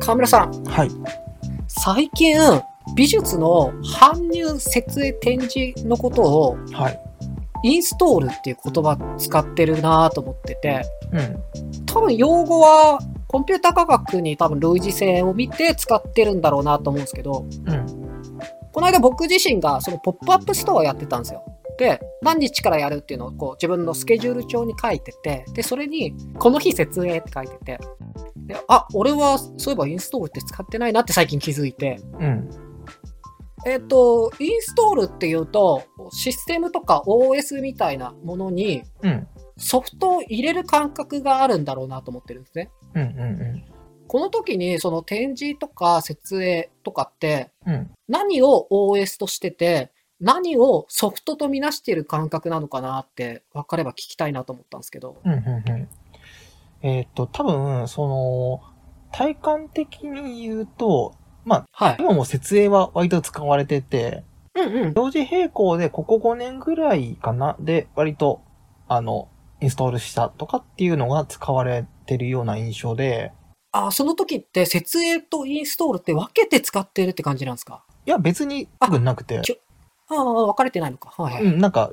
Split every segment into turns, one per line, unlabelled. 河村さん、
はい。
最近、美術の搬入設営展示のことを
はい。
インストールっていう言葉使ってるなぁと思ってて、
うん。
多分用語はコンピュータ科学に多分類似性を見て使ってるんだろうなと思うんですけど、
うん。
この間僕自身がそのポップアップストアをやってたんですよ。で、何日からやるっていうのをこう自分のスケジュール帳に書いてて、で、それに、この日設営って書いてて、で、あ、俺はそういえばインストールって使ってないなって最近気づいて、
うん。
えっ、と、インストールっていうと、システムとか OS みたいなものに
うん。
ソフトを入れる感覚があるんだろうなと思ってるんですね。
うん。うん。
この時にその展示とか設営とかって
うん。うん。
何を OS としてて何をソフトとみなしている感覚なのかなって分かれば聞きたいなと思ったんですけど。
うん。うん。うん。えーっと、多分、その、体感的に言うと、
はい。
今も設営は割と使われてて、
うんうん。
同時並行でここ5年ぐらいかなで、割と、あの、インストールしたとかっていうのが使われてるような印象で、
あ、その時って設営とインストールって分けて使ってるって感じなんですか
いや別に多分なくて
ち、ょああ、分かれてないのか。はい、はい。
うん、なんか、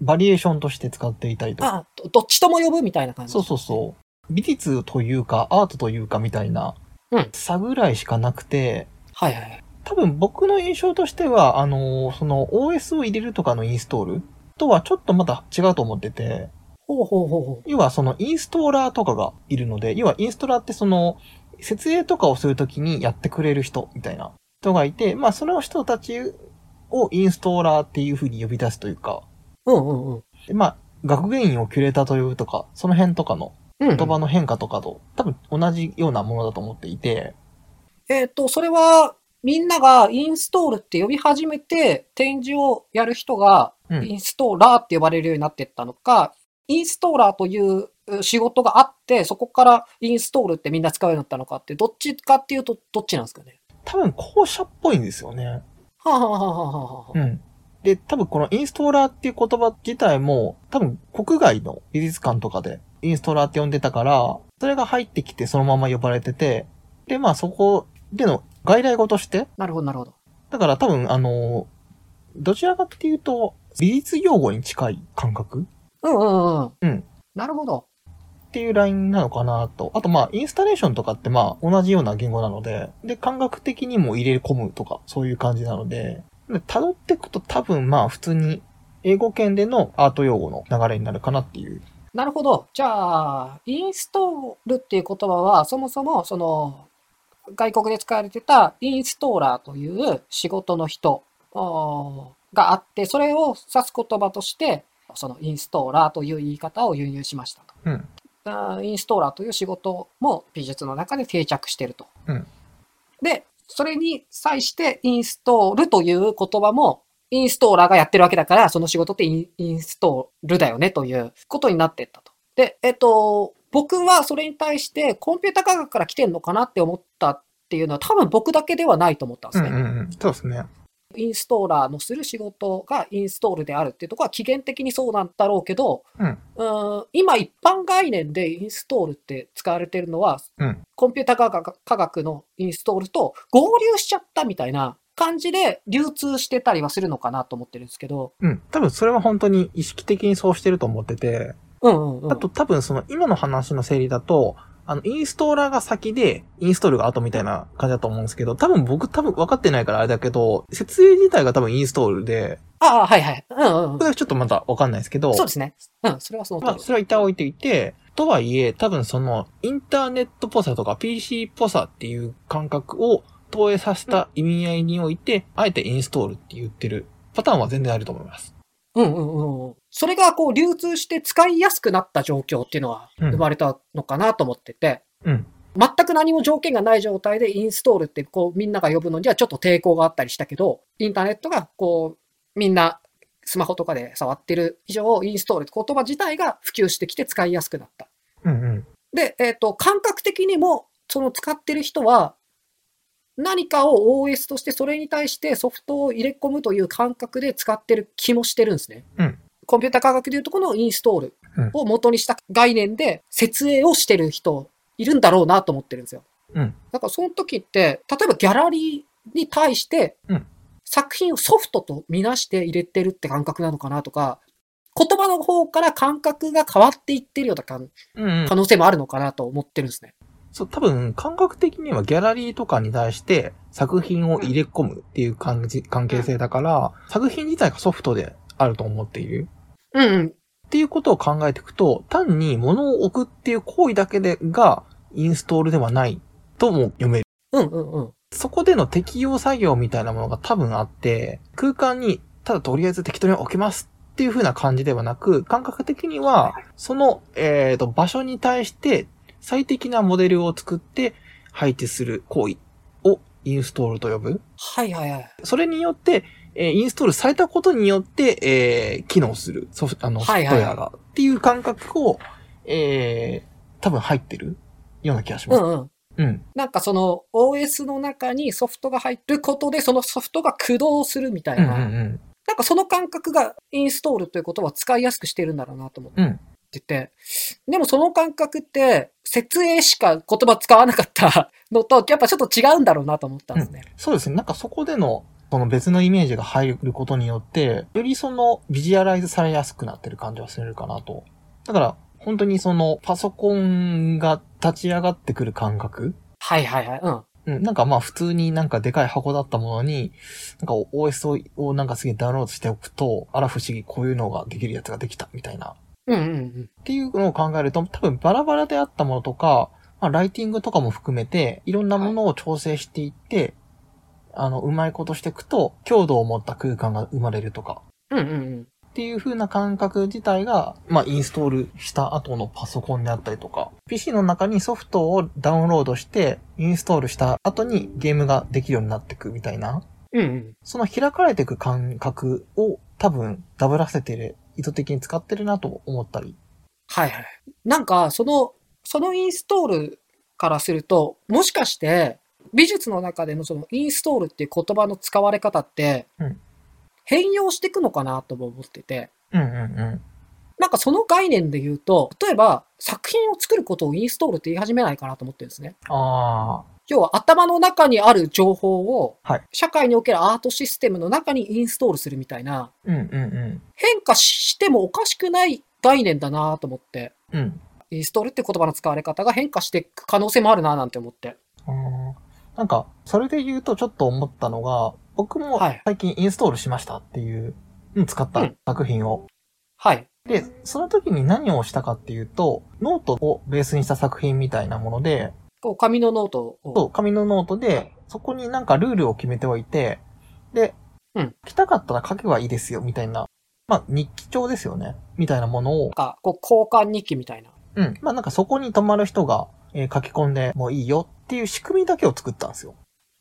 バリエーションとして使っていたりとか、
あどどっちとも呼ぶみたいな感じ。
そうそうそう、美術というかアートというかみたいな
うん
差ぐらいしかなくて、
はいはい。
多分僕の印象としては、あの、その OS を入れるとかのインストールとはちょっとまた違うと思ってて、
ほうほうほうほう。
要はそのインストーラーとかがいるので、要はインストーラーってその、設営とかをするときにやってくれる人みたいな人がいて、まあその人たちをインストーラーっていうふうに呼び出すというか、
うんうんうん。
でまあ、学芸員をキュレーターと呼ぶとか、その辺とかの
うん、
言葉の変化とかと多分同じようなものだと思っていて、
えっ、と、それは、みんながインストールって呼び始めて、展示をやる人が
うん
インストーラーって呼ばれるようになってったのか、インストーラーというう仕事があって、そこからインストールってみんな使うようになったのかって、どっちかっていうと、どっちなんですかね。
多分校舎っぽいんですよね。
はあ、はあはあはあはあ、
うん。で、多分このインストーラーっていう言葉自体も、多分国外の美術館とかでインストーラーって呼んでたから、それが入ってきてそのまま呼ばれてて、で、まあそこでの外来語として、
なるほど、なるほど。
だから多分あの、どちらかっていうと、美術用語に近い感覚
うんうんうん。
うん
なるほど。
っていうラインなのかなと。あとまあ、インスタレーションとかってまあ、同じような言語なので、で、感覚的にも入れ込むとか、そういう感じなので、で辿っていくと多分まあ、普通に、英語圏でのアート用語の流れになるかなっていう。
なるほど。じゃあ、インストールっていう言葉は、そもそも、その、外国で使われてたインストーラーという仕事の人あーがあって、それを指す言葉として、そのインストーラーという言い方を輸入しましたと。
うん。
あーインストーラーという仕事も美術の中で定着してると。
うん
で、それに際してインストールという言葉もインストーラーがやってるわけだから、その仕事ってインインストールだよねということになってったと。で、えっと、僕はそれに対してコンピュータ科学から来てんのかなって思ったっていうのは多分僕だけではないと思ったんで
う
す
ん
ね。
うんうん。そうですね。
インストーラーのする仕事がインストールであるっていうところは起源的にそうなんだろうけど、
うん
ーん今一般概念でインストールって使われてるのは、
うん
コンピュータ科学科学のインストールと合流しちゃったみたいな感じで流通してたりはするのかなと思ってるんですけど、
うん。多分それは本当に意識的にそうしてると思ってて、
うんうんうん、
あと多分その今の話の整理だと、あの、インストーラーが先で、インストールが後みたいな感じだと思うんですけど、多分僕多分分かってないからあれだけど、設営自体が多分インストールで、
ああ、はいはい。うんうんうん
これはちょっとまだわかんないですけど、
そうですね。うん、それはその
ま
通
あ、
り。
それは一旦置いていて、とはいえ、多分その、インターネットっぽさとか PC っぽさっていう感覚を投影させた意味合いにおいて、あえてインストールって言ってるパターンは全然あると思います。
うんうんうんうん。それがこう流通して使いやすくなった状況っていうのは
うん
生まれたのかなと思ってて、
うん。
全く何も条件がない状態でインストールってこうみんなが呼ぶのにはちょっと抵抗があったりしたけど、インターネットがこうみんなスマホとかで触ってる以上、インストールって言葉自体が普及してきて使いやすくなった。
うんうん。
で、えっ、と、感覚的にもその使ってる人は、何かを OS としてそれに対してソフトを入れ込むという感覚で使ってる気もしてるんですね。
うん
コンピュータ科学でいうとこのインストールを元にした概念で設営をしてる人いるんだろうなと思ってるんですよ。
うん
だからその時って、例えばギャラリーに対して
うん
作品をソフトとみなして入れてるって感覚なのかなとか、言葉の方から感覚が変わっていってるような感
うん、うん
可。能性もあるのかなと思ってるんですね。
そう、多分、感覚的にはギャラリーとかに対して作品を入れ込むっていう感じ、関係性だから、作品自体がソフトであると思っている。
うんうん。
っていうことを考えていくと、単に物を置くっていう行為だけでがインストールではないとも読める。
うんうんうん。
そこでの適用作業みたいなものが多分あって、空間にただとりあえず適当に置きますっていう風な感じではなく、感覚的には、その、えー、と場所に対して最適なモデルを作って配置する行為をインストールと呼ぶ。
はいはいはい。
それによって、えーインストールされたことによって、えー機能するソフト、あの、ソ
はい
フ
は
ト
い
ウェアがっていう感覚を、えー、多分入ってるような気がし
う
ます。
んうん。
うん。
なんかその OS の中にソフトが入ることでそのソフトが駆動するみたい
うんう
な、
んうん。
なんかその感覚がインストールということは使いやすくしてるんだろうなと思ってて、でもその感覚って設営しか言葉使わなかったのとやっぱちょっと違うんだろうなと思ったんですね。
そうですね。なんかそこでの、その別のイメージが入ることによって、よりそのビジュアライズされやすくなってる感じはするかなと。だから、本当にそのパソコンが立ち上がってくる感覚
はいはいはい。うん。
うん、なんかまあ普通になんかでかい箱だったものに、なんか OS ををなんかすげえダウンロードしておくと、あら不思議こういうのができるやつができたみたいな。
うんうんうん。
っていうのを考えると、多分バラバラであったものとか、まあ、ライティングとかも含めて、いろんなものを調整していって、あの、うまいことしていくと、強度を持った空間が生まれるとか、
うんうんうん。
っていう風な感覚自体が、まあ、インストールした後のパソコンであったりとか、PC の中にソフトをダウンロードして、インストールした後にゲームができるようになっていくみたいな、
うんうん。
その開かれていく感覚を多分、ダブらせてる、意図的に使ってるなと思ったり。
はいはい。なんか、その、そのインストールからすると、もしかして、美術の中でのそのインストールっていう言葉の使われ方って
うん、
変容していくのかなとも思ってて、
うんうんうん。
なんかその概念で言うと、例えば作品を作ることをインストールって言い始めないかなと思ってるんですね。
あ
要は頭の中にある情報を
はい、
社会におけるアートシステムの中にインストールするみたいな、
あ、うんうん
変化してもおかしくない概念だなと思って。
うん。うん。
インストールって言葉の使われ方が変化していく可能性もあるななんて思って。
あーなんか、それで言うとちょっと思ったのが、僕も
はい
最近インストールしましたっていう、うん、使っ
う
た
ん
作品を。
はい。
で、その時に何をしたかっていうと、ノートをベースにした作品みたいなもので、
こう紙のノート
そ
を。
う紙のノートで、そこになんかルールを決めておいて、で、
うん
来たかったら書けばいいですよ、みたいな。まあ、日記帳ですよね。みたいなものを
なん、か、こう交換日記みたいな。
うん。まあ、なんかそこに泊まる人が、えー書き込んでもいいよっていう仕組みだけを作ったんですよ。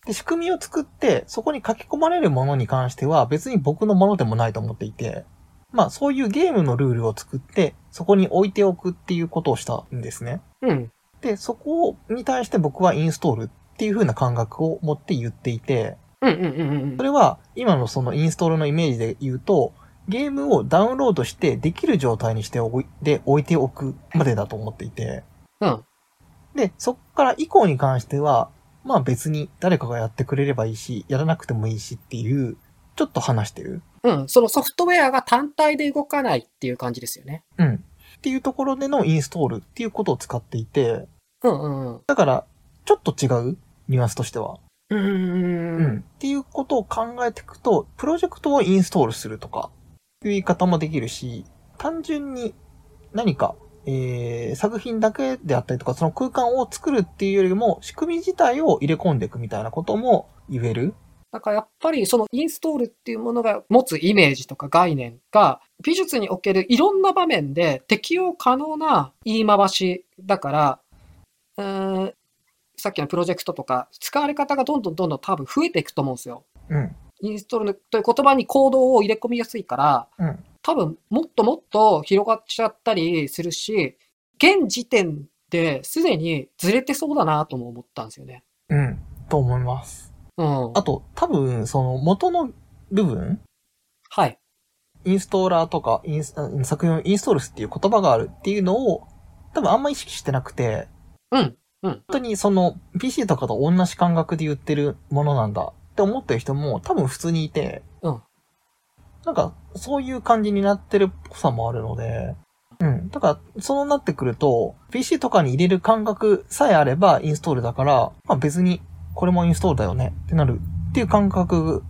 で、仕組みを作って、そこに書き込まれるものに関しては別に僕のものでもないと思っていて、まあそういうゲームのルールを作って、そこに置いておくっていうことをしたんですね。
うん。
で、そこに対して僕はインストールっていう風な感覚を持って言っていて、
うんうんうんうん
そ。れは今のそのインストールのイメージで言うと、ゲームをダウンロードしてできる状態にしておいで置いておくまでだと思っていて、
うん。
で、そこから以降に関しては、まあ別に誰かがやってくれればいいし、やらなくてもいいしっていう、ちょっと話してる。
うん。そのソフトウェアが単体で動かないっていう感じですよね。
うん。っていうところでのインストールっていうことを使っていて、
うんうんうん。
だから、ちょっと違うニュアンスとしては。
うー。
うんん。っていうことを考えていくと、プロジェクトをインストールするとか、いう言い方もできるし、単純に何か、えー、作品だけであったりとか、その空間を作るっていうよりも、仕組み自体を入れ込んでいくみたいなことも言える。
なんかやっぱりそのインストールっていうものが持つイメージとか概念が美術におけるいろんな場面で適用可能な言い回しだから、うーん、さっきのプロジェクトとか使われ方がどんどんどんどん多分増えていくと思うんですよ。
うん。
インストールという言葉に行動を入れ込みやすいから、
うん
多分もっともっと広がっちゃったりするし、現時点ですでにずれてそうだなとも思ったんですよね。
うん。と思います。
うん。
あと、多分、その元の部分、
はい。
インストーラーとかインス、あ作品をインストールすっていう言葉があるっていうのを、多分あんま意識してなくて、
うん。うん。
本当にその PC とかと同じ感覚で言ってるものなんだって思ってる人も多分普通にいて、
うん
なんかそういう感じになってるっぽさもあるので、うん。だから、そうなってくると、PC とかに入れる感覚さえあればインストールだから、まあ別にこれもインストールだよねってなるっていう感覚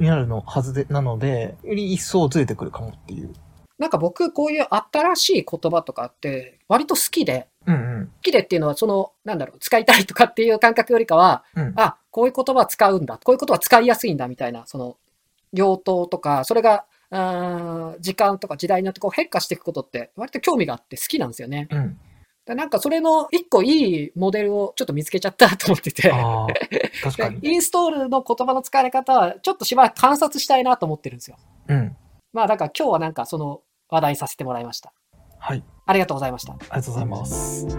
になるのはずで、なので、より一層ずれてくるかもっていう。
なんか僕、こういう新しい言葉とかって、割と好きで、
うんうん。
好きでっていうのは、その、なんだろう、使いたいとかっていう感覚よりかは、
うん
あ、こういう言葉使うんだ、こういうことは使いやすいんだ、みたいな、その、用途とか、それが、うーん時間とか時代によってこう変化していくことって、割と興味があって好きなんですよね。
うん。
だなんかそれの一個いいモデルをちょっと見つけちゃったと思ってて、
ああ、確か
で
に。
インストールの言葉の使われ方は、ちょっとしばらく観察したいなと思ってるんですよ。
うん。
まあ、だから今日はなんかその話題させてもらいました。
はい。
ありがとうございました。
ありがとうございます。